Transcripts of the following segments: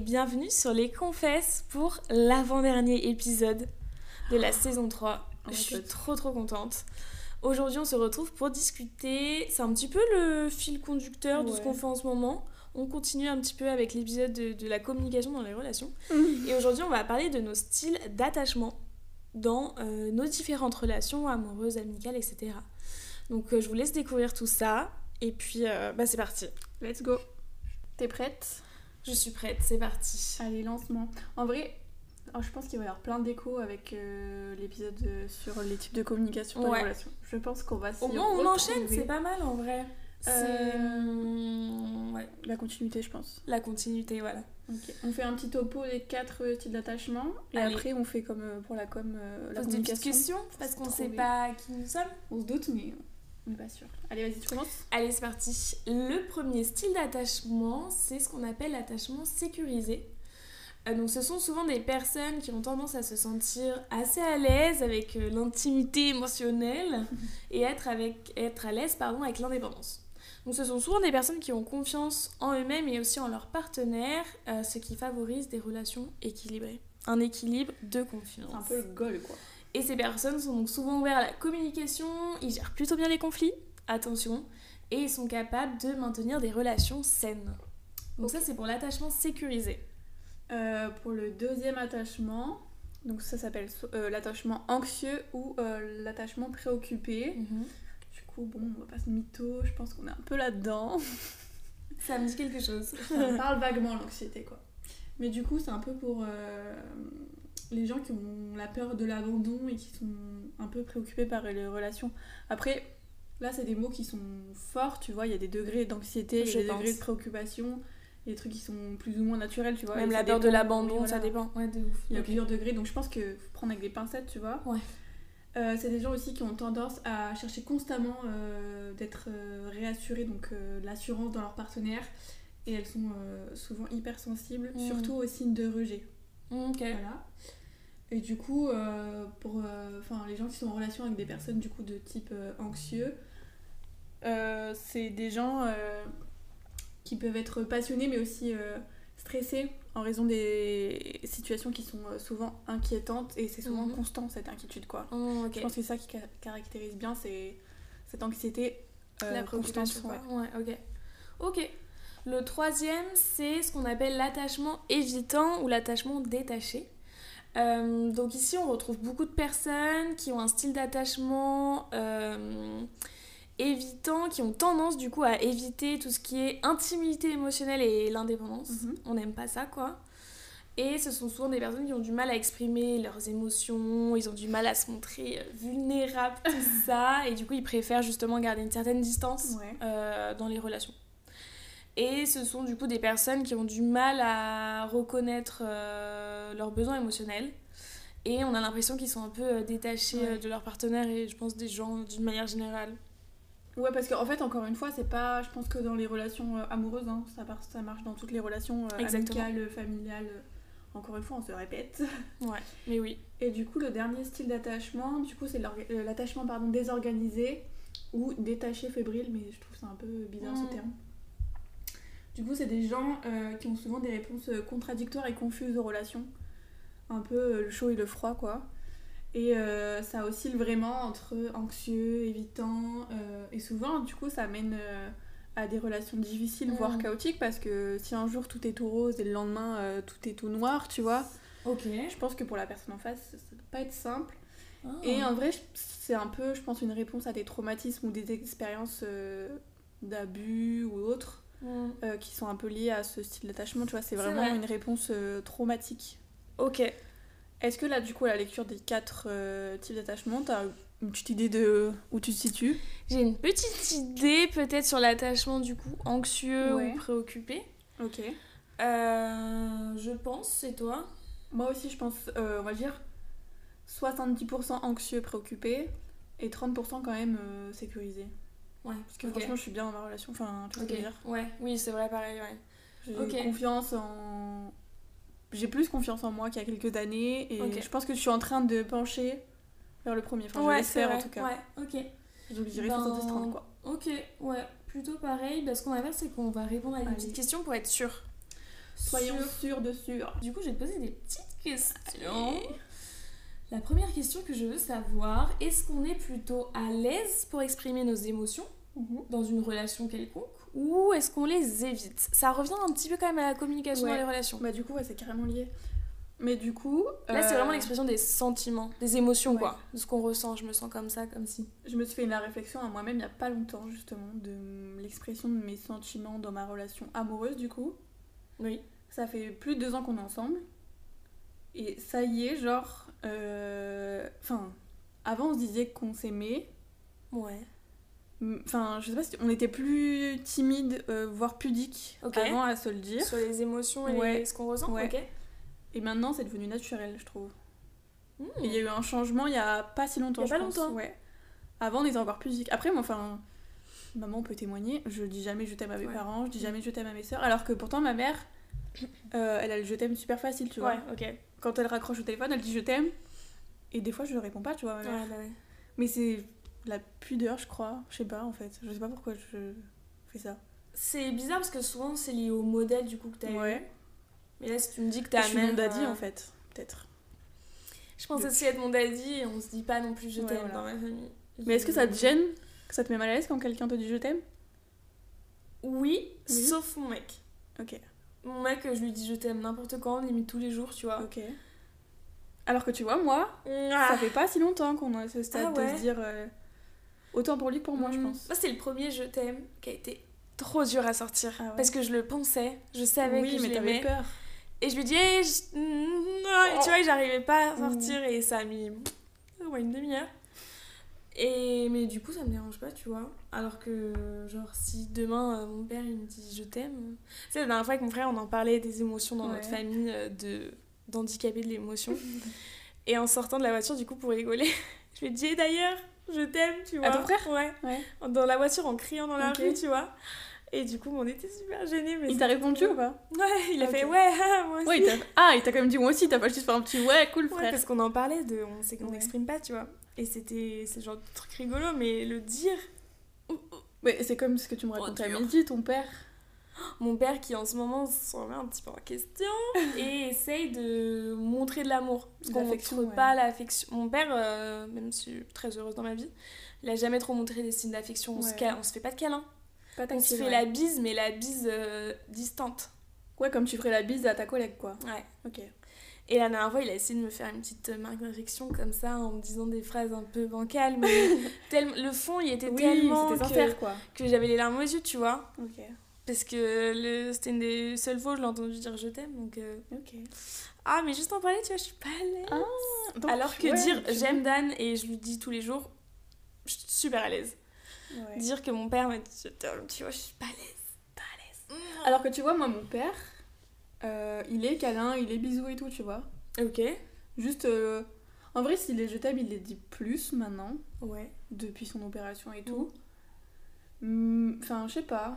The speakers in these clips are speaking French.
bienvenue sur les confesses pour l'avant-dernier épisode de la saison 3. my Je suis God. trop trop contente. Aujourd'hui on se retrouve pour discuter, c'est un petit peu le fil conducteur de ce Ouais. qu'on fait en ce moment. On continue un petit peu avec l'épisode de, de la communication dans les relations. Et aujourd'hui on va parler de nos styles d'attachement dans euh, nos différentes relations amoureuses, amicales, etc. Donc euh, je vous laisse découvrir tout ça. Et puis euh, bah, c'est parti. Let's go. T'es prête Je suis prête, c'est parti. Allez, lancement. En vrai, oh, je pense qu'il va y avoir plein d'échos avec euh, l'épisode de- sur les types de communication dans Ouais. les relations. Je pense qu'on va s'y Au moins, on enchaîne, retrouver. c'est pas mal en vrai. Euh, C'est. ouais, La continuité, je pense. la continuité, voilà. Ok. On fait un petit topo des quatre euh, types d'attachement et Allez. après on fait comme euh, pour la com, euh, la Pose des petites communication. questions parce qu'on sait Trouver. pas qui nous sommes. On se doute, mais on n'est pas sûr. Allez, vas-y, tu commences. Allez, c'est parti. Le premier style d'attachement, c'est ce qu'on appelle l'attachement sécurisé. Euh, donc, ce sont souvent des personnes qui ont tendance à se sentir assez à l'aise avec euh, l'intimité émotionnelle et être, avec, être à l'aise pardon, avec l'indépendance. Donc, ce sont souvent des personnes qui ont confiance en eux-mêmes et aussi en leurs partenaires, euh, ce qui favorise des relations équilibrées. Un équilibre de confiance. C'est un peu le goal, quoi. Et ces personnes sont donc souvent ouvertes à la communication, ils gèrent plutôt bien les conflits, attention, et ils sont capables de maintenir des relations saines. Donc ça c'est pour l'attachement sécurisé. Euh, pour le deuxième attachement, donc ça s'appelle so- euh, l'attachement anxieux ou euh, l'attachement préoccupé. Mhm. Du coup, bon, on va pas se mytho, je pense qu'on est un peu là-dedans. Ça me dit quelque chose. Ça me parle vaguement l'anxiété, quoi. Mais du coup, c'est un peu pour euh, les gens qui ont la peur de l'abandon et qui sont un peu préoccupés par les relations. Après, là, c'est des mots qui sont forts, tu vois, il y a des degrés d'anxiété, il y Je a des pense. degrés de préoccupation, il y a des trucs qui sont plus ou moins naturels, tu vois. Même et la ça peur de dépend, l'abandon, oui, ça voilà. dépend. Ouais, de ouf. Il y a Ok. plusieurs degrés, donc je pense que faut prendre avec des pincettes, tu vois. Ouais. Euh, c'est des gens aussi qui ont tendance à chercher constamment euh, d'être euh, réassurés, donc euh, de l'assurance dans leur partenaire. Et elles sont euh, souvent hypersensibles, Mm. surtout aux signes de rejet. Ok. Voilà. Et du coup, euh, pour euh, 'fin, les gens qui sont en relation avec des personnes du coup de type euh, anxieux, euh, c'est des gens euh, qui peuvent être passionnés mais aussi euh, stressés en raison des situations qui sont euh, souvent inquiétantes et c'est souvent Mhm. constant cette inquiétude quoi. Oh, ok. Je pense que c'est ça qui ca- caractérise bien, c'est cette anxiété euh, la préoccupation. constante. ouais. quoi. Ouais, ok. Ok. Le troisième, c'est ce qu'on appelle l'attachement évitant ou l'attachement détaché. Euh, donc ici, on retrouve beaucoup de personnes qui ont un style d'attachement euh, évitant, qui ont tendance du coup à éviter tout ce qui est intimité émotionnelle et l'indépendance. Mhm. On n'aime pas ça, quoi. Et ce sont souvent des personnes qui ont du mal à exprimer leurs émotions, ils ont du mal à se montrer euh, vulnérables, tout ça, et du coup ils préfèrent justement garder une certaine distance Mhm. Ouais. euh, dans les relations. Et ce sont du coup des personnes qui ont du mal à reconnaître euh, leurs besoins émotionnels. Et on a l'impression qu'ils sont un peu euh, détachés Ouais. euh, de leur partenaire et je pense des gens d'une manière générale. Ouais, parce qu'en fait, encore une fois, c'est pas. Je pense que dans les relations euh, amoureuses, hein, ça, par- ça marche dans toutes les relations euh, Exactement. amicales, euh, familiales. euh, Encore une fois, on se répète. Ouais, mais oui. Et du coup, le dernier style d'attachement, du coup, c'est l'orga- euh, l'attachement pardon désorganisé ou détaché fébrile, mais je trouve ça un peu bizarre Mm. ce terme. Du coup, c'est des gens euh, qui ont souvent des réponses euh, contradictoires et confuses aux relations, un peu euh, le chaud et le froid, quoi. Et euh, ça oscille vraiment entre anxieux, évitant, euh, et souvent, du coup, ça mène euh, à des relations difficiles, voire Mm. chaotiques, parce que si un jour tout est tout rose et le lendemain euh, tout est tout noir, tu vois, Ok. je pense que pour la personne en face, ça doit pas être simple. Oh. Et en vrai, je- c'est un peu, je pense, une réponse à des traumatismes ou des expériences euh, d'abus ou autres euh, qui sont un peu liées à ce style d'attachement. Tu vois, c'est C'est vraiment vrai. une réponse euh, traumatique. Ok. Est-ce que là, du coup, à la lecture des quatre euh, types d'attachement, t'as une petite idée de où tu te situes J'ai une petite idée peut-être sur l'attachement du coup anxieux Ouais. ou préoccupé. Ok. Euh, je pense, c'est toi. Moi aussi, je pense, euh, on va dire 70% anxieux, préoccupé et 30% quand même euh, sécurisé. Ouais, Parce que franchement, je suis bien dans ma relation. Enfin, tu vois ce que je veux dire Ouais, oui, c'est vrai, pareil, ouais. J'ai Ok. confiance en. J'ai plus confiance en moi qu'il y a quelques années et Ok. je pense que je suis en train de pencher vers le premier. Enfin, je l'espère en tout cas. Ouais, ok. Donc je dirais Ben, 70-30 quoi. Bah, Ok, ouais, plutôt pareil. parce ce qu'on va faire, c'est qu'on va répondre à des Allez. petites questions pour être sûr. Soyons Sûr. sûrs de sûr. Du coup, je vais te poser des petites questions. La première question que je veux savoir, est-ce qu'on est plutôt à l'aise pour exprimer nos émotions Mhm. dans une relation quelconque ou est-ce qu'on les évite Ça revient un petit peu quand même à la communication Ouais. dans les relations. Bah du coup, ouais, c'est carrément lié. Mais du coup... Là, c'est euh, vraiment l'expression des sentiments, des émotions, Ouais. quoi. De ce qu'on ressent, je me sens comme ça, comme si. Je me suis fait la réflexion à moi-même il n'y a pas longtemps, justement, de l'expression de mes sentiments dans ma relation amoureuse, du coup. Oui. Ça fait plus de deux ans qu'on est ensemble. Et ça y est, genre... euh, Enfin, avant, on se disait qu'on s'aimait. Ouais. Enfin, je sais pas si... On était plus timide, euh, voire pudique, Ok. avant à se le dire. Sur les émotions et les- Ouais. ce qu'on ressent, Ouais. ok. Et maintenant, c'est devenu naturel, je trouve. Hmm. Et Il y a eu un changement il y a pas si longtemps. Il y a je pas pense. longtemps. Ouais. Avant, on était encore plus geek. Après, moi, enfin, maman peut témoigner. Je dis jamais je t'aime à mes Ouais. Mm. parents, je dis jamais je t'aime à mes sœurs. Alors que pourtant, ma mère, euh, elle a le je t'aime super facile, tu vois. Ouais, ok. Ouais, Quand elle raccroche au téléphone, elle dit je t'aime. Et des fois, je ne réponds pas, tu vois. ma mère. bah ouais. Mais c'est la pudeur, je crois. Je sais pas, en fait. Je sais pas pourquoi je fais ça. C'est bizarre parce que souvent c'est lié au modèle du coup que t'as eu. Ouais. Mais là, si tu me dis que Je t'as suis même, mon daddy, euh, en fait. Peut-être. Je pense aussi être mon daddy et on se dit pas non plus je Ouais, t'aime voilà. dans ma famille. Mais est-ce que ça te gêne Que ça te met mal à l'aise quand quelqu'un te dit je t'aime oui, Oui. sauf mon mec. Ok. Mon mec, je lui dis je t'aime n'importe quand, limite tous les jours, tu vois. Ok. Alors que tu vois, moi, Ah. Ça fait pas si longtemps qu'on a ce stade Ah ouais. de se dire euh, autant pour lui que pour moi, je Mm. pense. Moi, c'était le premier je t'aime qui a été trop dur à sortir. Ah ouais. Parce que je le pensais, je savais oui, que je mais t'avais l'aimais. peur. Et je lui dis, Eh, je- non, et tu vois, j'arrivais pas à sortir et ça a mis ouais, une demi-heure. Et mais du coup, ça me dérange pas, tu vois. Alors que, genre, si demain euh, mon père il me dit je t'aime, tu sais, la dernière fois avec mon frère, on en parlait des émotions dans Ouais. notre famille, euh, de d'handicapés de l'émotion. et en sortant de la voiture, du coup, pour rigoler, je lui ai dit Eh, d'ailleurs, je t'aime, tu vois. À ton frère Ouais. Ouais. Dans la voiture, en criant dans la Ok. rue, tu vois. Et du coup, on était super gênés. Mais Il t'a répondu ou pas Ouais, il a Ok. fait ouais, ah, moi aussi. Ouais, il t'a- Ah, il t'a quand même dit moi aussi, t'as pas juste fait un petit ouais, cool Ouais, frère. parce qu'on en parlait de on sait qu'on Ouais. n'exprime pas, tu vois. Et c'était ce genre de truc rigolo, mais le dire. Ouh, ouh. Ouais, c'est comme ce que tu me Oh, racontais à dur. midi, ton père. Mon père qui en ce moment se remet un petit peu en question et essaye de montrer de l'amour. Parce De qu'on l'affection, montre ouais. pas l'affection. Mon père, euh, même si je suis très heureuse dans ma vie, il a jamais trop montré des signes d'affection. On, se Ouais. ca- on se fait pas de câlin. Pas On se tactile, fait ouais. la bise, mais la bise euh, distante. Ouais, comme tu ferais la bise à ta collègue, quoi. Ouais. Ok. Et la dernière fois, il a essayé de me faire une petite euh, marque d'injection comme ça en me disant des phrases un peu bancales, mais tellement- le fond, il était Oui, tellement c'était que, sincère, quoi. que j'avais les larmes aux yeux, tu vois. Ok. Parce que le- c'était une des seules fois où je l'ai entendu dire je t'aime, donc euh, Ok. ah mais juste en parler, tu vois, je suis pas à l'aise. Ah, Donc, Alors que ouais, dire tu- j'aime Dan et je lui dis tous les jours, je suis super à l'aise. Ouais. Dire que mon père m'a dit je t'aime, tu vois, je suis pas à l'aise, pas à l'aise. Alors que tu vois, moi, mon père, euh, il est câlin, il est bisou et tout, tu vois. Ok. Juste. euh, En vrai, s'il est jetable, il les dit plus maintenant. Ouais. depuis son opération et tout. Hmm, Enfin, je sais pas.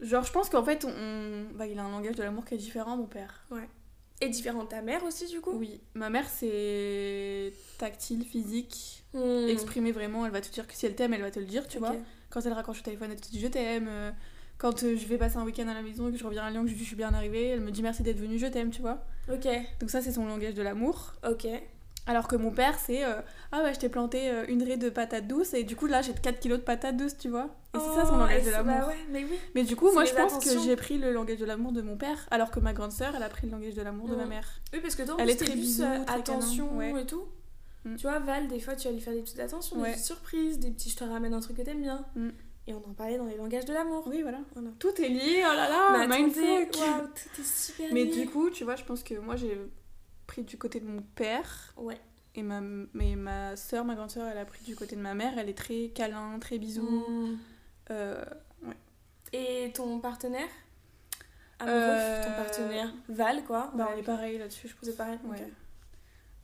Genre, je pense qu'en fait, on... bah, il a un langage de l'amour qui est différent, mon père. Et différent de ta mère aussi du coup. Oui, ma mère, c'est tactile, physique, Hmm. exprimée vraiment. Elle va te dire que si elle t'aime, elle va te le dire, tu Ok. vois. Quand elle raccroche au téléphone, elle te dit je t'aime. euh, Quand euh, je vais passer un week-end à la maison et que je reviens à Lyon, que je dis je suis bien arrivée, elle me dit merci d'être venue, je t'aime, tu vois. Ok. Donc, ça, c'est son langage de l'amour. Ok. Alors que mon père, c'est euh, Ah ouais, je t'ai planté euh, une raie de patates douces et du coup, là, j'ai 4 kilos de patates douces, tu vois. Et c'est ça son Oh, langage et de c'est- l'amour. Bah ouais, mais oui. Mais du coup, C'est moi, les je pense que attentions. j'ai pris le langage de l'amour de mon père, alors que ma grande sœur, elle a pris le langage de l'amour de ma Ouais. mère. Oui, parce que toi, en Elle plus, est t'es très plus, bisous, euh, très attention câlin, ouais. et tout. Mm. Tu vois, Val, des fois, tu vas lui faire des petites attentions, des Ouais. petites surprises, des petits je te ramène un truc que t'aimes bien. Mm. Et on en parlait dans les langages de l'amour. Oui, voilà. Voilà. Tout est lié, oh là là, Mais attendez, mindfuck. waouh, tout est super Mais lié. du coup, tu vois, je pense que moi, j'ai pris du côté de mon père, Ouais. et ma, mais ma sœur, ma grande sœur, elle a pris du côté de ma mère, elle est très câlin, très bisou. Mm. Euh, Et ton partenaire Amoureux, Euh, ton partenaire. Val, quoi. bah, on Ouais. est pareil là-dessus, je pense. Vous êtes pareil Ouais. ok.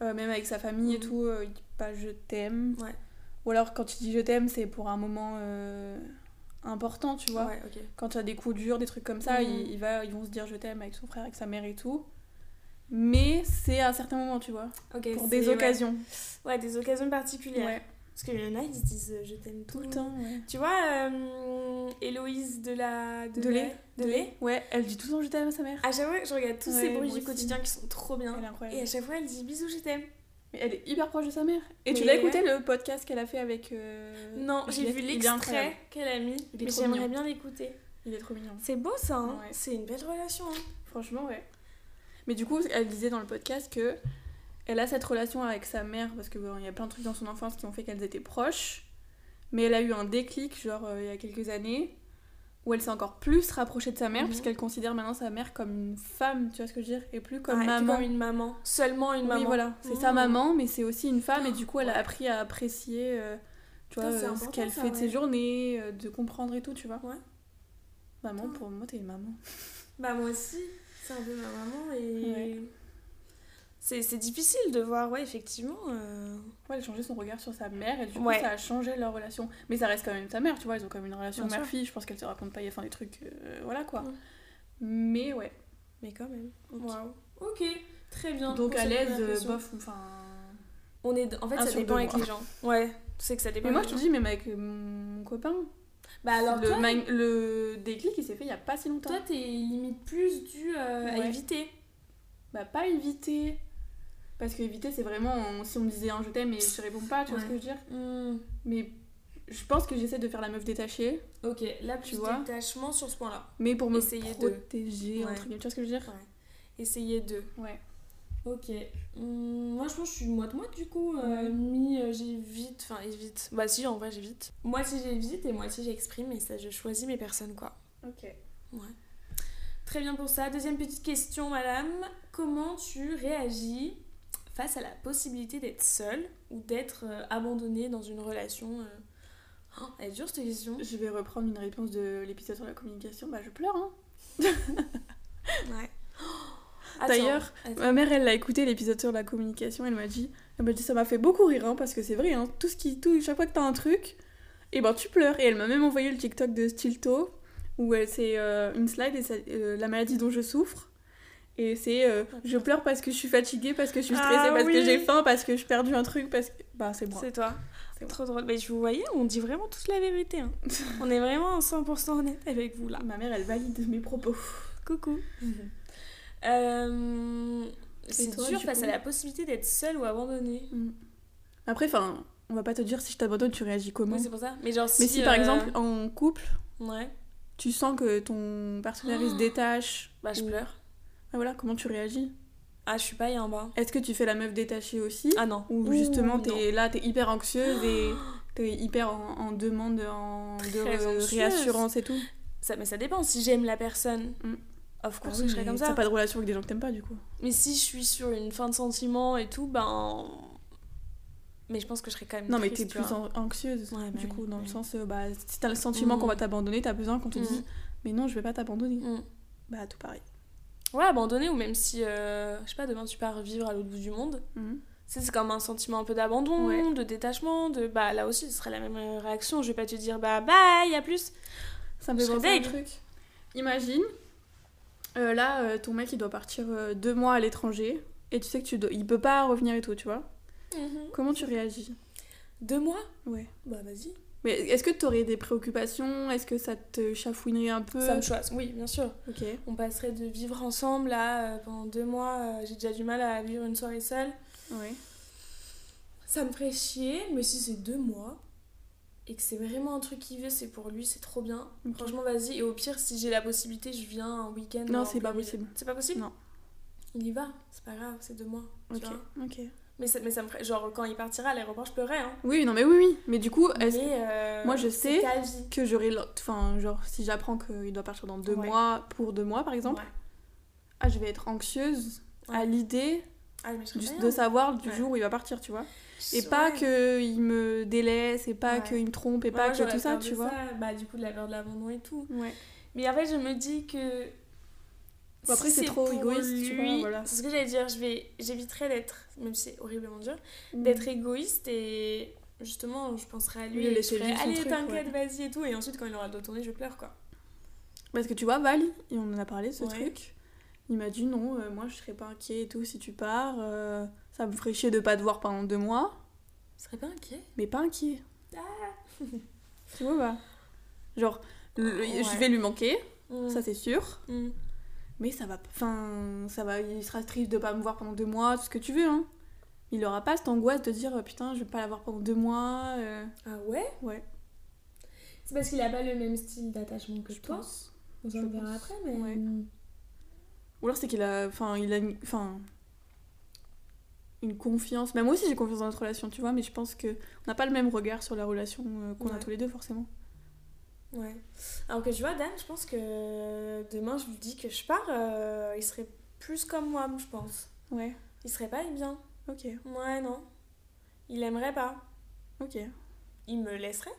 Euh, même avec sa famille et Mhm. tout, euh, il dit pas je t'aime. Ouais. Ou alors quand tu dis je t'aime, c'est pour un moment euh, important, tu vois. Ouais, ok. Quand tu as des coups durs, des trucs comme ça, Mhm. il, il va, ils vont se dire je t'aime avec son frère, avec sa mère et tout. Mais c'est à un certain moment, tu vois. Ok, Pour c'est- des ouais. occasions. Ouais, des occasions particulières. Ouais. Parce qu'il y en a, ils se disent euh, je t'aime Tout le temps, ouais. Tu vois, euh, Héloïse de la. De lait. De lait. Ouais, elle dit tout le temps je t'aime à sa mère. À chaque fois, je regarde tous ces Ouais, bruits moi du aussi. quotidien qui sont trop bien. Elle est incroyable. Et à chaque fois, elle dit bisous, je t'aime. Mais elle est hyper proche de sa mère. Et tu Mais l'as écouté le podcast qu'elle a fait avec. euh, Non, j'ai Juliette vu Il est incroyable. l'extrait qu'elle a mis, Il est mais trop j'aimerais mignon. bien l'écouter. Il est trop mignon. C'est beau ça, hein Ouais. c'est une belle relation. hein. Franchement, ouais. Mais du coup, elle disait dans le podcast que elle a cette relation avec sa mère parce que bon, il y a plein de trucs dans son enfance qui ont fait qu'elles étaient proches. Mais elle a eu un déclic, genre euh, il y a quelques années, où elle s'est encore plus rapprochée de sa mère Mhm. puisqu'elle considère maintenant sa mère comme une femme, tu vois ce que je veux dire, et plus Ah, comme et puis maman. comme une maman. Seulement une maman. Oui, voilà, c'est sa Mhm. maman, mais c'est aussi une femme, et du coup, elle Ouais. a appris à apprécier euh, tu vois, Putain, c'est euh, ce important, qu'elle ça, fait de ouais. ses journées, euh, de comprendre et tout, tu vois. Ouais. Maman, Putain. pour moi, t'es une maman. Bah moi aussi, c'est un peu ma maman et... Ouais. C'est c'est difficile de voir, ouais, effectivement. euh, Ouais, elle a changé son regard sur sa mère, et du coup, Ouais. ça a changé leur relation. Mais ça reste quand même sa mère, tu vois, ils ont quand même une relation Bien sûr. mère-fille, je pense qu'elle se raconte pas, enfin, des trucs, euh, voilà quoi. Ouais. Mais ouais, Mais quand même. Ok. Waouh. Ok, très bien. donc Pour à cette l'aise, première euh, question. bof, enfin. On est... En fait, un ça sur dépend deux, avec moi. les gens. Ouais, tu sais que ça dépend. Mais moi, je avec te les dis, même avec mon copain, gens. Bah alors, le, toi, mag- le déclic, il s'est fait il y a pas si longtemps. toi, t'es limite plus du euh, à Ouais. éviter. bah pas éviter parce que éviter c'est vraiment on- si on me disait un je t'aime et je te réponds pas tu vois Ouais. ce que je veux dire Hmm, mais je pense que j'essaie de faire la meuf détachée Ok, là, plus Tu vois détachement sur ce point-là. mais pour me Essayer de- protéger Ouais. entre guillemets, tu vois ce que je veux dire Essayez de. ouais Ok. Hum, moi, je pense que je suis moite-moite du coup. Euh, Ouais. Mi, euh, j'évite. Enfin, évite. Bah, si, en vrai, j'évite. Moitié, j'évite et moitié, j'exprime. Et ça, je choisis mes personnes, quoi. ok Très bien pour ça. Deuxième petite question, madame. Comment tu réagis face à la possibilité d'être seule ou d'être euh, abandonnée dans une relation euh, oh, Elle est dure cette question. je vais reprendre une réponse de l'épisode sur la communication bah je pleure hein Ouais. Attends, D'ailleurs, attends. ma mère elle l'a écouté l'épisode sur la communication elle m'a dit elle m'a dit ça m'a fait beaucoup rire hein, parce que c'est vrai hein, tout ce qui tout chaque fois que t'as un truc et ben tu pleures et elle m'a même envoyé le TikTok de Stilto où elle c'est euh, une slide et ça- euh, la maladie dont je souffre et c'est euh, je pleure parce que je suis fatiguée parce que je suis Ah stressée parce oui. que j'ai faim parce que je perdu un truc parce que bah c'est moi c'est toi. C'est moi. Trop drôle. Mais je vous voyez, on dit vraiment toute la vérité. hein. on est vraiment 100% honnête avec vous là. ma mère elle valide mes propos Coucou. Euh, c'est toi, dur du face coup à la possibilité d'être seule ou abandonnée. après enfin on va pas te dire si je t'abandonne tu réagis comment Ouais, c'est pour ça. Mais genre si, mais si par euh, exemple en couple ouais, tu sens que ton partenaire il se détache bah je ou- pleure. Ah, voilà, comment tu réagis Ah, je suis pas et en bas. Est-ce que tu fais la meuf détachée aussi Ah non. Ou justement, Ouh, non. t'es là, t'es hyper anxieuse et t'es hyper en, en demande en, Très de re- anxieuse. réassurance et tout Ça, mais ça dépend. Si j'aime la personne, Mm. of course Ah oui, que je serais mais comme ça. T'as pas de relation avec des gens que t'aimes pas, du coup. Mais si je suis sur une fin de sentiment et tout, ben. Mais je pense que je serais quand même. Non, mais triste, tu t'es plus vois. an- anxieuse, Ouais, bah du oui, coup, dans bah le oui. sens, euh, bah, si t'as le sentiment Mm. qu'on va t'abandonner, t'as besoin qu'on te Mm. dise, mais non, je vais pas t'abandonner. Mm. Bah, tout pareil. Ouais, abandonné ou même si, euh, je sais pas, demain tu pars vivre à l'autre bout du monde. Tu sais, C'est comme un sentiment un peu d'abandon, Ouais. de détachement, de bah là aussi ce serait la même euh, réaction. Je vais pas te dire bah bye, à plus. Ça me Je fait serais penser à un deg. truc. Imagine, euh, là, euh, ton mec, il doit partir euh, deux mois à l'étranger et tu sais que tu dois... il peut pas revenir et tout, tu vois. Comment tu réagis Deux mois Ouais. Bah vas-y. Mais est-ce que tu aurais des préoccupations Est-ce que ça te chafouinerait un peu Ça me choisit, oui, bien sûr. Ok. On passerait de vivre ensemble à euh, pendant deux mois, euh, j'ai déjà du mal à vivre une soirée seule. Ouais. Ça me ferait chier, mais si c'est deux mois et que c'est vraiment un truc qu'il veut, c'est pour lui, c'est trop bien. Ok. Franchement, vas-y. Et au pire, si j'ai la possibilité, je viens un week-end. Non, en c'est pas plein milieu. possible. C'est pas possible Non. Il y va, c'est pas grave, c'est deux mois. tu Ok. vois. Ok. mais, ça, mais ça me ferait. Genre, quand il partira à l'aéroport, je pleurerais. Hein. Oui, non, mais oui, oui. Mais du coup, est-ce Mais, euh, Moi, je c'est sais ta vie. que j'aurais. l'en- Enfin, genre, si j'apprends qu'il doit partir dans deux Ouais. mois, pour deux mois par exemple, Ouais. ah, je vais être anxieuse à Ouais. l'idée Ah, mais je serais du- pas de bien. savoir du Ouais. jour où il va partir, tu vois. Je Et pas saurais. qu'il me délaisse, et pas Ouais. qu'il me trompe, et Ouais, pas moi, que j'aurais tout ça, peur tu de vois. ça. Bah, du coup, de la peur de l'abandon et tout. Ouais. Mais en fait, je me dis que. Bon, après, c'est trop pour égoïste, tu vois, voilà. C'est ce que j'allais dire, je vais... j'éviterai d'être, même si c'est horriblement dur, d'être D'être. égoïste et justement, je penserai à lui. Oui, et je laisser ferai, vivre son Allez, truc, t'inquiète, vas-y et tout. Et ensuite, quand il aura le dos tourné, je pleure quoi. Parce que tu vois, Val, et on en a parlé ce Ouais. truc, il m'a dit non, euh, moi je serais pas inquiet et tout si tu pars, euh, ça me ferait chier de pas te voir pendant deux mois. Tu serais pas inquiet mais pas inquiet. tu vois bah. Genre, le- Ah. Ouais. je vais lui manquer, Mm. ça c'est sûr. Mm. Mais ça va, enfin, ça va, il sera triste de pas me voir pendant deux mois, tout ce que tu veux, hein. Il aura pas cette angoisse de dire euh, putain, je vais pas la voir pendant deux mois. euh, Ah ouais Ouais. C'est parce qu'il a pas le même style d'attachement que je toi. pense. On je en verra pense. après, mais. Ouais. Mm. Ou alors c'est qu'il a, enfin, il a, une- enfin, une confiance. Mais moi aussi j'ai confiance dans notre relation, tu vois. Mais je pense que on n'a pas le même regard sur la relation euh, qu'on a Ouais. tous les deux forcément. Ouais. Alors que tu vois, Dan, je pense que demain, je lui dis que je pars, euh, il serait plus comme moi, je pense. Ouais. Il serait pas bien. Ok. Ouais, non. Il aimerait pas. Ok. Il me laisserait.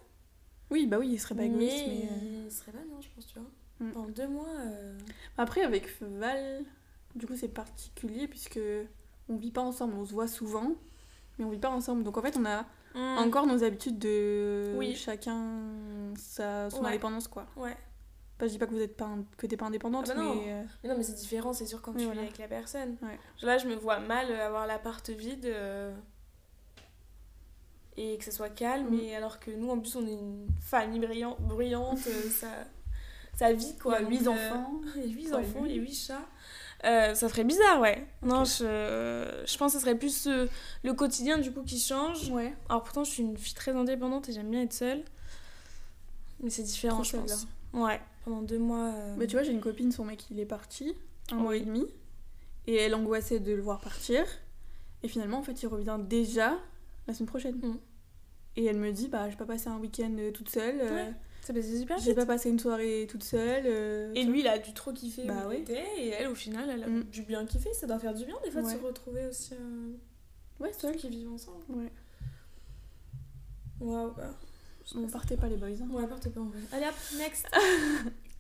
Oui, bah oui, il serait pas égoïste, mais. euh, il serait pas bien, je pense, tu vois. Mm. Pendant deux mois. euh, bah, Après, avec Val, du coup, c'est particulier puisque on vit pas ensemble, on se voit souvent, mais on vit pas ensemble. Donc en fait, on a encore nos habitudes de Oui. chacun sa son Ouais. indépendance quoi. Ouais. Bah, je dis pas que vous êtes pas in- que t'es pas indépendante, Ah bah non. mais euh, Mais non, mais c'est différent, c'est sûr, quand Oui, tu voilà. vis avec la personne. Ouais. Genre là, je me vois mal euh, avoir l'appart vide euh, et que ce soit calme, Mm. et alors que nous, en plus, on est une famille bruyante, bruyante euh, ça, ça vit quoi. il y a donc, huit euh, enfants. Il y a huit Ouais, enfants, huit. il y a huit chats. Euh, ça ferait bizarre, ouais. Non, je, je pense que ce serait plus euh, le quotidien du coup qui change. euh, Ouais. Alors pourtant, je suis une fille très indépendante et j'aime bien être seule. Mais c'est différent, Trop je seule, pense. Ouais, pendant deux mois. euh, Bah, tu vois, j'ai une copine, son mec il est parti un mois Oui. et demi, et elle angoissait de le voir partir. Et finalement, en fait, il revient déjà la semaine prochaine. Mm. Et elle me dit, bah, j'ai pas passé un week-end euh, toute seule. euh, Ouais. ça passait super J'ai pas passé une soirée toute seule. euh, Et lui, il a dû trop kiffer Bah où ouais. il était, et elle, au final, elle a Mm. dû bien kiffer. Ça doit faire du bien, des fois, Ouais. de se retrouver aussi euh, Ouais, ceux seule. qui vivent ensemble. Ouais. Waouh. bah. On partait pas les boys. hein. Bon, la porte est pas en vrai. Allez, hop, next.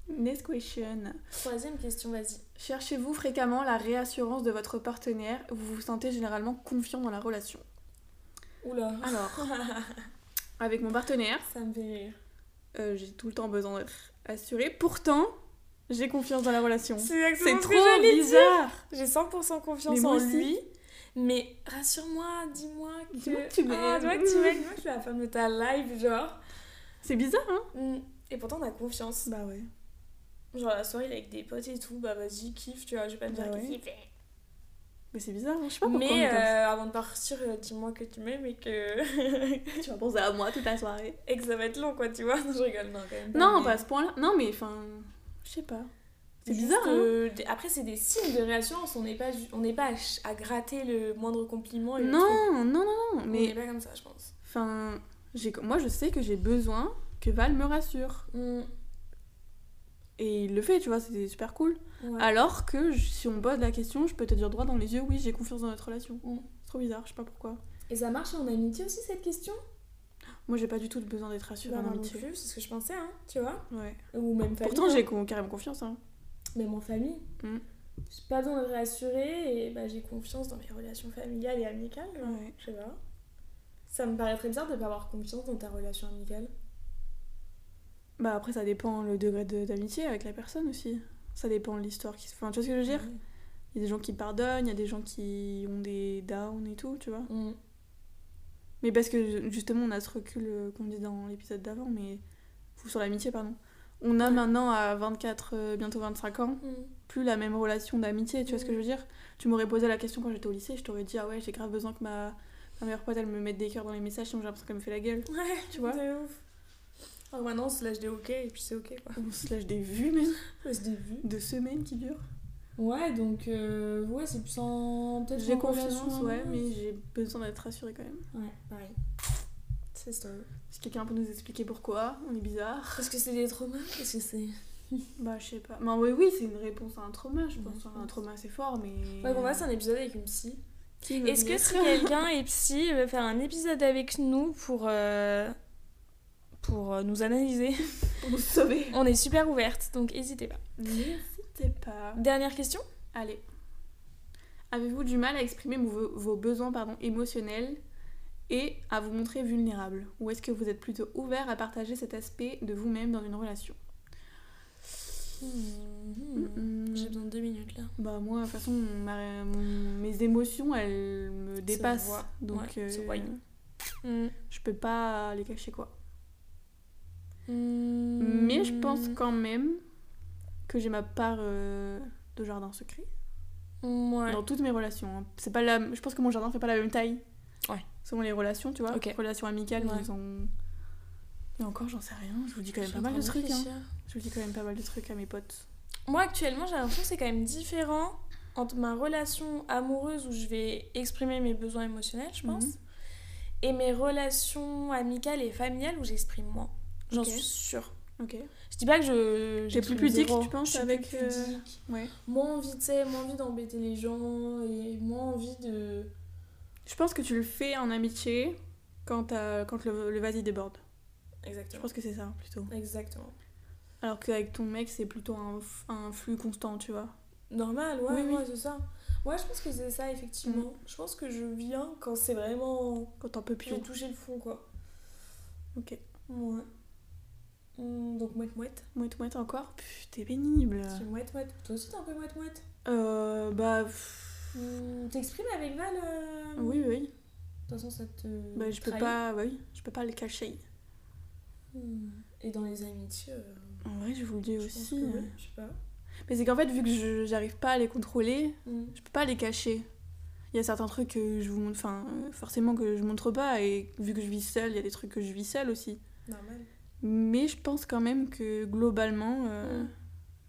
Next question. Troisième question, vas-y. Cherchez-vous fréquemment la réassurance de votre partenaire Vous vous sentez généralement confiant dans la relation Oula, ah, Alors, avec mon partenaire, ça me fait rire. euh, j'ai tout le temps besoin d'être assurée. Pourtant, j'ai confiance dans la relation. C'est C'est exactement ce trop que j'allais dire. bizarre J'ai 100% confiance Mais moi en aussi. lui. Mais rassure-moi, dis-moi que... Dis-moi que tu Ah, dis-moi m'aimes. que tu m'aimes. Moi, je suis la femme de ta live, genre. C'est bizarre, hein Mm. Et pourtant, on a confiance. Bah ouais. Genre, la soirée, il est avec des potes et tout. Bah, vas-y, kiffe, tu vois. Je vais pas me Bah dire ouais. kiffe. Mais c'est bizarre, hein. je sais pas pourquoi. on Mais est comme ça. euh, avant de partir, euh, dis-moi que tu m'aimes et que... Tu vas penser à moi toute la soirée. et que ça va être long, quoi, tu vois. Non, je rigole, non, quand même. Non, mais- pas à ce point-là. Non, mais enfin, je sais pas. C'est Juste, bizarre, hein euh, des- Après, c'est des signes de réassurance. On n'est pas, ju- on n'est pas à, ch- à gratter le moindre compliment. Et le truc. Non, non, non, non. On Mais n'est pas comme ça, je pense. Enfin, j'ai- moi je sais que j'ai besoin que Val me rassure. Mm. Et il le fait, tu vois, c'était super cool. Ouais. Alors que je- si on me pose la question, je peux te dire droit dans les yeux, oui, j'ai confiance dans notre relation. Mm. C'est trop bizarre, je sais pas pourquoi. Et ça marche en amitié aussi, cette question Moi j'ai pas du tout besoin d'être rassurée Bah, en moi non amitié. plus, c'est ce que je pensais, hein, tu vois. Ouais. Ou même famille. Pourtant hein. j'ai con- carrément confiance. Hein. Même en famille. Mm. J'ai pas besoin de réassurer et bah, j'ai confiance dans mes relations familiales et amicales. Ouais. Je sais pas. Ça me paraît très bizarre de pas avoir confiance dans ta relation amicale. Bah après ça dépend le degré de- d'amitié avec la personne aussi. Ça dépend de l'histoire qui se... Enfin, tu vois ce que je veux dire Il y a des gens qui pardonnent, il y a des gens qui ont des downs et tout, tu vois. Mm. Mais parce que justement, on a ce recul euh, qu'on dit dans l'épisode d'avant, mais fou sur l'amitié, pardon. On a maintenant à 24, euh, bientôt 25 ans, Mm. plus la même relation d'amitié, tu vois ce que Mhm. je veux dire Tu m'aurais posé la question quand j'étais au lycée, je t'aurais dit, ah ouais, j'ai grave besoin que ma, ma meilleure pote, elle me mette des cœurs dans les messages, sinon j'ai l'impression qu'elle me fait la gueule. Ouais, Tu vois de ouf. Alors maintenant, on se lâche des ok et puis c'est ok quoi. On se lâche des vues même, On se début. de semaines qui durent. Ouais, donc euh, ouais, c'est plus en. peut-être J'ai en confiance, relation, hein. ouais, mais j'ai besoin d'être rassurée quand même. Ouais, pareil. C'est ça. Si quelqu'un peut nous expliquer pourquoi, on est bizarre. Parce que c'est des traumas Parce que c'est. Bah, je sais pas. Bah, oui, oui, c'est une réponse à un trauma, je Ouais, pense. je Un pense. trauma, c'est fort, mais. Ouais, bon, là, c'est un épisode avec une psy. Qui veut Est-ce que venir si quelqu'un est psy, veut faire un épisode avec nous pour, euh, pour euh, nous analyser pour nous sauver. On est super ouverte, donc n'hésitez pas. N'hésitez pas. Dernière question Allez. Avez-vous du mal à exprimer vos, vos besoins pardon, émotionnels et à vous montrer vulnérable Ou est-ce que vous êtes plutôt ouvert à partager cet aspect de vous-même dans une relation Mm-mm. Mm-hmm. Hmm, J'ai besoin de deux minutes là. Bah moi, de toute façon, ma- mon- mes émotions, elles me dépassent. voit. Donc, Ouais, se voit. Mm. Je peux pas les cacher quoi. Mm. Mais je pense quand même que j'ai ma part euh, de jardin secret Ouais. dans toutes mes relations. hein. C'est pas la... Je pense que mon jardin fait pas la même taille. Ouais. Selon les relations, tu vois. Ok. Relations amicales, Ouais. ils ont. Mais encore, j'en sais rien. Je vous dis quand Je même suis pas en mal train de trucs. hein. réfléchir. Je vous dis quand même pas mal de trucs à mes potes. Moi, actuellement, j'ai l'impression que c'est quand même différent entre ma relation amoureuse où je vais exprimer mes besoins émotionnels, je pense, Mhm. et mes relations amicales et familiales où j'exprime moins. J'en Ok. suis sûre. Ok. Je dis pas que je. T'es plus j'exprime pudique, zéro. tu penses, Je suis avec, plus euh, pudique. Ouais. Moins envie, tu sais, moins envie d'embêter les gens et moins envie de. Je pense que tu le fais en amitié quand, t'as- quand le, le vase il déborde. Je Exactement. pense que c'est ça plutôt. Exactement. Alors qu'avec ton mec, c'est plutôt un, f- un flux constant, tu vois. Normal, ouais, Oui, oui. ouais, c'est ça. Ouais, je pense que c'est ça, effectivement. Je pense que je viens quand c'est vraiment. Quand t'en peux Puis plus. j'ai touché le fond, quoi. Ok. Ouais. Hmm, donc mouette mouette. Mouette mouette encore Pff, t'es pénible. Tu es mouette mouette. Toi aussi t'es un peu mouette mouette. Euh. Bah. pff, Hmm, T'exprimes avec Val. euh, Oui, oui. De toute façon ça te. Bah, je peux trahit. pas. Oui, je peux pas le cacher. Hmm. Et dans les amitiés. euh, En vrai, je vous le dis je pense aussi. hein. que oui, je sais pas. Mais c'est qu'en fait, vu que je- j'arrive pas à les contrôler, Hmm. je peux pas les cacher. Il y a certains trucs que je vous montre, enfin, euh, forcément que je montre pas, et vu que je vis seule, il y a des trucs que je vis seule aussi. Normal. Mais je pense quand même que globalement, euh, Mm.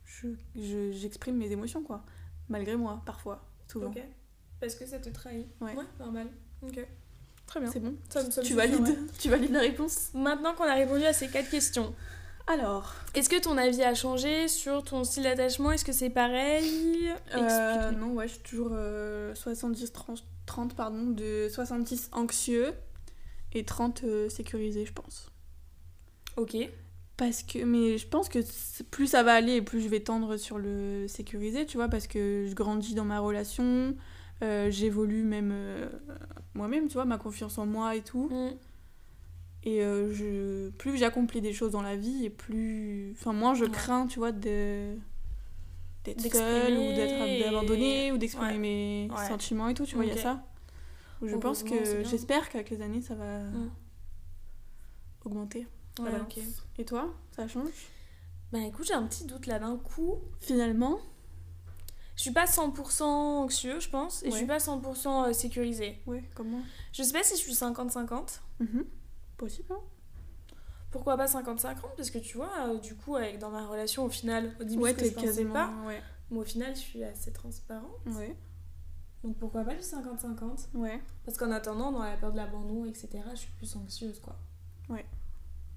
je- je- j'exprime mes émotions, quoi. Malgré moi, parfois, souvent. Ok. Parce que ça te trahit. Ouais. normal. Ok. Très bien. C'est bon. Ça me- ça me Tu suffit, valides, ouais. tu valides la réponse Maintenant qu'on a répondu à ces quatre questions, Alors, est-ce que ton avis a changé sur ton style d'attachement Est-ce que c'est pareil euh, Explique-nous. non, ouais, je suis toujours euh, 70-30, pardon, de 70 anxieux et 30 sécurisé sécurisés, je pense. Ok. Parce que, mais je pense que c- plus ça va aller et plus je vais tendre sur le sécurisé, tu vois, parce que je grandis dans ma relation, euh, j'évolue même euh, moi-même, tu vois, ma confiance en moi et tout. Hmm. Et euh, je, plus j'accomplis des choses dans la vie et plus. Enfin, moins je Ouais. crains, tu vois, de d'être D'exprimer seule ou et- d'être abandonnée ou d'exprimer Ouais. mes Ouais. sentiments et tout, tu vois, il Ok. y a ça. Je Heureusement, pense que c'est bien. j'espère qu'avec les années ça va Mm. augmenter. la Ouais, balance. ok. Et toi, ça change Bah écoute, j'ai un petit doute là d'un coup. Finalement Je suis pas 100% anxieux, je pense, et je Ouais. suis pas 100% euh, sécurisée. Ouais, comment Je sais pas si je suis 50-50. Mhm. Possible, hein Pourquoi pas 50-50 Parce que tu vois, euh, du coup, avec, dans ma relation, au final, au début, Ouais, ce que t'es je pensais quasiment. pas, Ouais. mais au final, je suis assez transparent. ouais, Donc pourquoi pas du 50-50 ouais. Parce qu'en attendant, dans la peur de l'abandon, etc., je suis plus anxieuse, quoi. Ouais.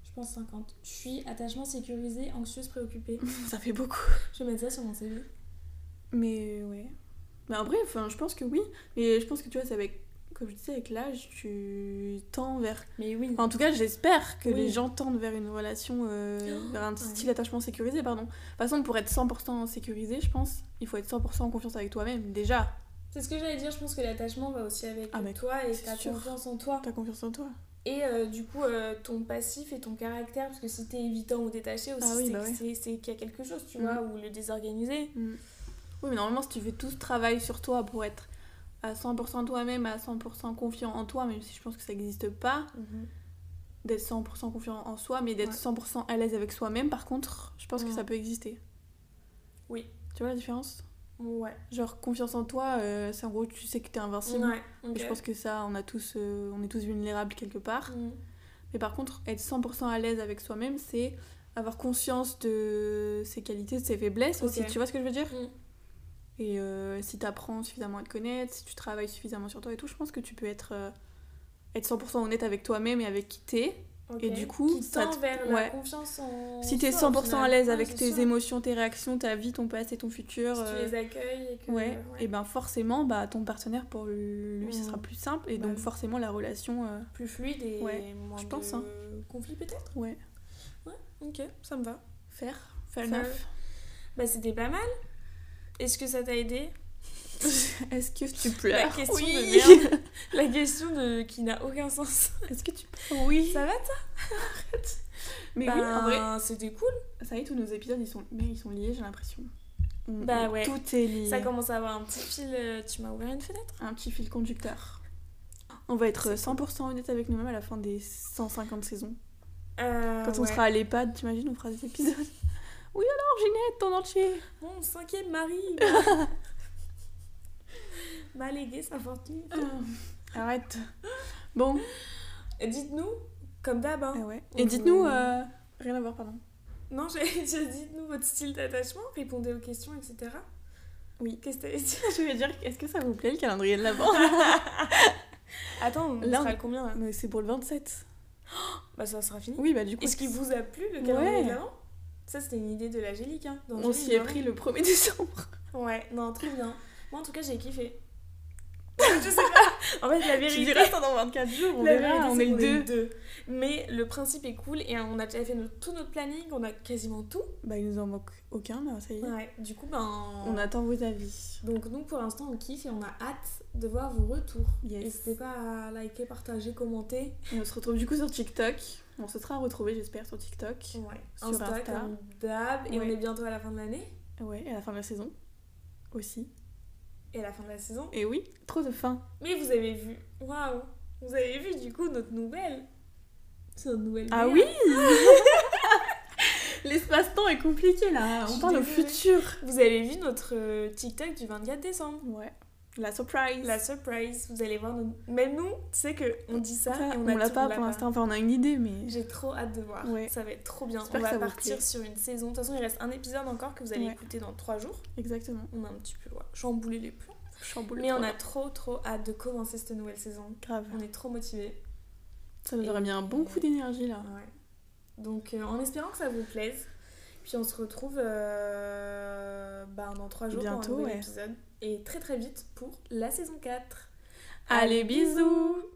Je pense 50. Je suis attachement sécurisé, anxieuse, préoccupée. Ça fait beaucoup. je vais mettre ça sur mon CV. Mais ouais. Bah après, enfin, je pense que oui. Mais je pense que tu vois, c'est avec. Comme je disais, avec l'âge, tu tends vers. Mais oui. Enfin, en tout cas, j'espère que Oui. les gens tendent vers une relation. euh, Oh, vers un ouais. style d'attachement sécurisé, pardon. De toute façon, pour être 100% sécurisé, je pense, il faut être 100% en confiance avec toi-même, déjà. C'est ce que j'allais dire, je pense que l'attachement va aussi avec Ah, mais toi et c'est ta sûr. confiance en toi. T'as confiance en toi. Et euh, du coup, euh, ton passif et ton caractère, parce que si t'es évitant ou détaché aussi, Ah oui, c'est bah que ouais. c'est- c'est qu'il y a quelque chose, tu Mhm. vois, ou le désorganisé. Mm. Oui, mais normalement, si tu fais tout ce travail sur toi pour être à 100% toi-même, à 100% confiant en toi, même si je pense que ça n'existe pas, d'être 100% confiant en soi, mais d'être Ouais. 100% à l'aise avec soi-même, par contre, je pense que Mm. ça peut exister. Oui. Tu vois la différence Ouais. Genre, confiance en toi, euh, c'est en gros, tu sais que t'es invincible. Ouais. Et Je pense que ça, on, a tous, euh, on est tous vulnérables quelque part. Mm, Mais par contre, être 100% à l'aise avec soi-même, c'est avoir conscience de ses qualités, de ses faiblesses Ok. aussi. Tu vois ce que je veux dire Mm. Et euh, si t'apprends suffisamment à te connaître, si tu travailles suffisamment sur toi et tout, je pense que tu peux être, euh, être 100% honnête avec toi-même et avec qui t'es. Et du coup, Qui ça tend te- vers la ouais. confiance en. Si t'es soi, au 100% à final. l'aise Ouais, avec c'est tes sûr. émotions, tes réactions, ta vie, ton passé, ton futur, Si tu euh, les accueilles et que. ouais, et ben forcément, bah, ton partenaire pour lui, ça Mhm. sera plus simple et Bah donc oui. forcément la relation, euh, Plus fluide et Ouais, moins je pense, de hein. conflit peut-être ouais, Ok, ça me va. faire, faire Fair. neuf. Bah, c'était pas mal. Est-ce que ça t'a aidé Est-ce que tu La pleures question Ah, Oui. de merde. La question de... qui n'a aucun sens. Est-ce que tu pleures Oui. Ça va Mais Ben, oui, en vrai, c'était cool. ça y est, tous nos épisodes ils sont, mais ils sont liés, j'ai l'impression. On- Bah on- ouais. Tout est lié. Ça commence à avoir un petit fil. euh, Tu m'as ouvert une fenêtre. Un petit fil conducteur. On va être 100% honnête avec nous-mêmes à la fin des 150 saisons. Euh, Quand on ouais. sera à l'EHPAD, t'imagines, on fera des épisodes. Oui alors, Ginette, ton entier Mon cinquième mari m'a légué sa fortune. Arrête. Bon, Dites-nous, comme d'hab. hein. ah ouais. on- Et dites-nous... euh, Rien à voir, pardon. Non, j'ai j'ai- dites-nous votre style d'attachement, répondez aux questions, etc. Oui. Qu'est-ce que t'avais dit Je vais dire, est-ce que ça vous plaît le calendrier de l'avant Attends, on Là, sera on- à combien là Mais c'est pour le 27. Bah, ça sera fini. Oui, bah du coup... Est-ce qu'il vous a plu le Ouais. calendrier de l'Avent Ça, c'était une idée de l'Angélique. Hein, On d'Angélique, s'y est hein. pris le 1er décembre. Ouais, non, très bien. Moi, en tout cas, j'ai kiffé. je sais pas. En fait, la Tu vérité. diras ça dans 24 jours, on la verra, vérité, hein, on c'est est le qu'on 2. deux. Mais le principe est cool et on a déjà fait notre- tout notre planning, on a quasiment tout. Bah il nous en manque aucun là, ça y est. Ouais, du coup, ben. On attend vos avis. Donc, nous, pour l'instant, on kiffe et on a hâte de voir vos retours. Yes. N'hésitez pas à liker, partager, commenter. Et on se retrouve du coup sur TikTok. On se sera retrouvé j'espère sur TikTok. Ouais. Sur Insta, Insta. comme d'hab. Et on Ouais. est bientôt à la fin de l'année Ouais, à la fin de la saison aussi. et à la fin de la saison. Et oui, trop de fin. Mais vous avez vu, waouh, vous avez vu du coup notre nouvelle. C'est notre nouvelle. Ah BR. oui L'espace-temps est compliqué là, Je on suis parle au désolée. futur. Vous avez vu notre euh, TikTok du 24 décembre. Ouais. La surprise. La surprise, vous allez voir. notre- Même nous, tu sais que on dit ça, Ça, et on, on l'a attend, pas pour l'instant, enfin on a une idée mais J'ai trop hâte de voir. Ouais. Ça va être trop bien. J'espère On que va ça vous partir plaît. sur une saison. De toute façon, il reste un épisode encore que vous allez Ouais. écouter dans trois jours. exactement. On a un petit peu ouais, chamboulé les plans. Chamboule. Mais on a programme. trop trop hâte de commencer cette nouvelle saison. grave. On est trop motivés. Ça nous aurait mis un bon coup d'énergie là. Ouais. Donc, euh, en espérant que ça vous plaise, puis on se retrouve euh, bah, dans trois jours Bientôt, pour un nouvel ouais. épisode. Et très très vite pour la saison 4. Allez, bisous.